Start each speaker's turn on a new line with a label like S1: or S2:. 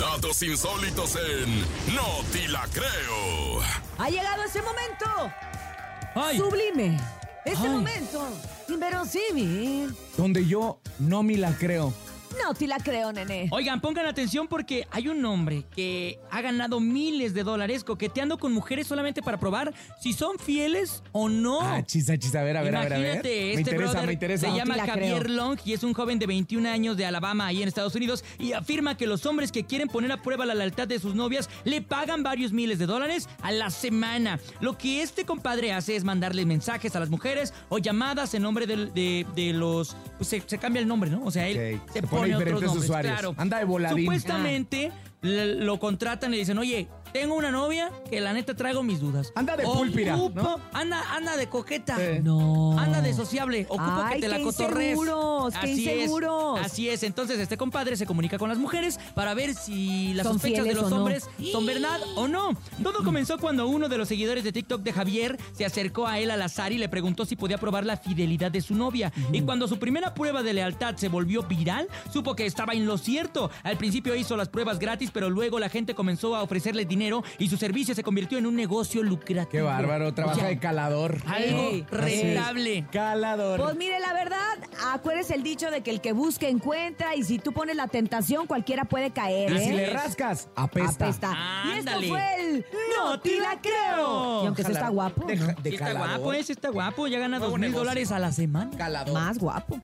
S1: Datos insólitos en No Te La Creo.
S2: Ha llegado ese momento
S3: Ay,
S2: sublime. Ese
S3: Ay.
S2: momento inverosímil.
S4: Donde yo no me la creo.
S2: No te la creo, nene.
S3: Oigan, pongan atención porque hay un hombre que ha ganado miles de dólares coqueteando con mujeres solamente para probar si son fieles o no.
S4: Ah, chis, ah, chis, a ver, a ver, a ver, a ver.
S3: Imagínate, este
S4: me interesa,
S3: brother
S4: me interesa.
S3: se llama
S2: la
S3: Javier
S2: creo.
S3: Long y es un joven de 21 años de Alabama, ahí en Estados Unidos, y afirma que los hombres que quieren poner a prueba la lealtad de sus novias le pagan varios miles de dólares a la semana. Lo que este compadre hace es mandarle mensajes a las mujeres o llamadas en nombre del- de, de los... pues se, se cambia el nombre, ¿no? O sea, él
S4: Ok,
S3: se,
S4: se pone
S3: pone, otros
S4: diferentes
S3: nombres,
S4: usuarios.
S3: claro.
S4: Anda de voladín.
S3: Supuestamente le- lo contratan y le dicen, oye, tengo una novia que la neta traigo mis dudas.
S4: Anda de
S3: Ocupo-
S4: púlpira, ¿no?
S3: Anda, anda de coqueta.
S4: Sí.
S2: No.
S3: Anda de sociable, ocupo
S2: Ay,
S3: que te la
S2: qué
S3: cotorres.
S2: inseguros, qué inseguros.
S3: Es, así es, entonces este compadre se comunica con las mujeres para ver si las
S2: ¿Son
S3: sospechas de
S2: fieles
S3: los
S2: o no?
S3: hombres son verdad o no. Todo comenzó cuando uno de los seguidores de TikTok de Javier se acercó a él al azar y le preguntó si podía probar la fidelidad de su novia. Y cuando su primera prueba de lealtad se volvió viral, supo que estaba en lo cierto. Al principio hizo las pruebas gratis, pero luego la gente comenzó a ofrecerle dinero y su servicio se convirtió en un negocio lucrativo.
S4: Qué bárbaro, trabaja
S3: O sea,
S4: de calador.
S3: algo
S4: Así es.
S3: rentable.
S4: Calador.
S2: Pues mire, la verdad, acuérdese el dicho de que el que busca encuentra y si tú pones la tentación, cualquiera puede caer.
S4: y
S2: ¿eh?
S4: Ah, si le
S3: es.
S4: rascas, apesta.
S2: Apesta. Y esto
S3: Ándale.
S2: fue el No te la creo. Y aunque se
S4: Ojalá.
S2: está guapo,
S4: De,
S2: ¿no?
S4: de
S3: Sí está
S4: calador.
S3: guapo, ese está guapo. Ya gana dos mil
S4: negocio.
S3: dólares a la semana.
S4: Calador.
S2: más guapo.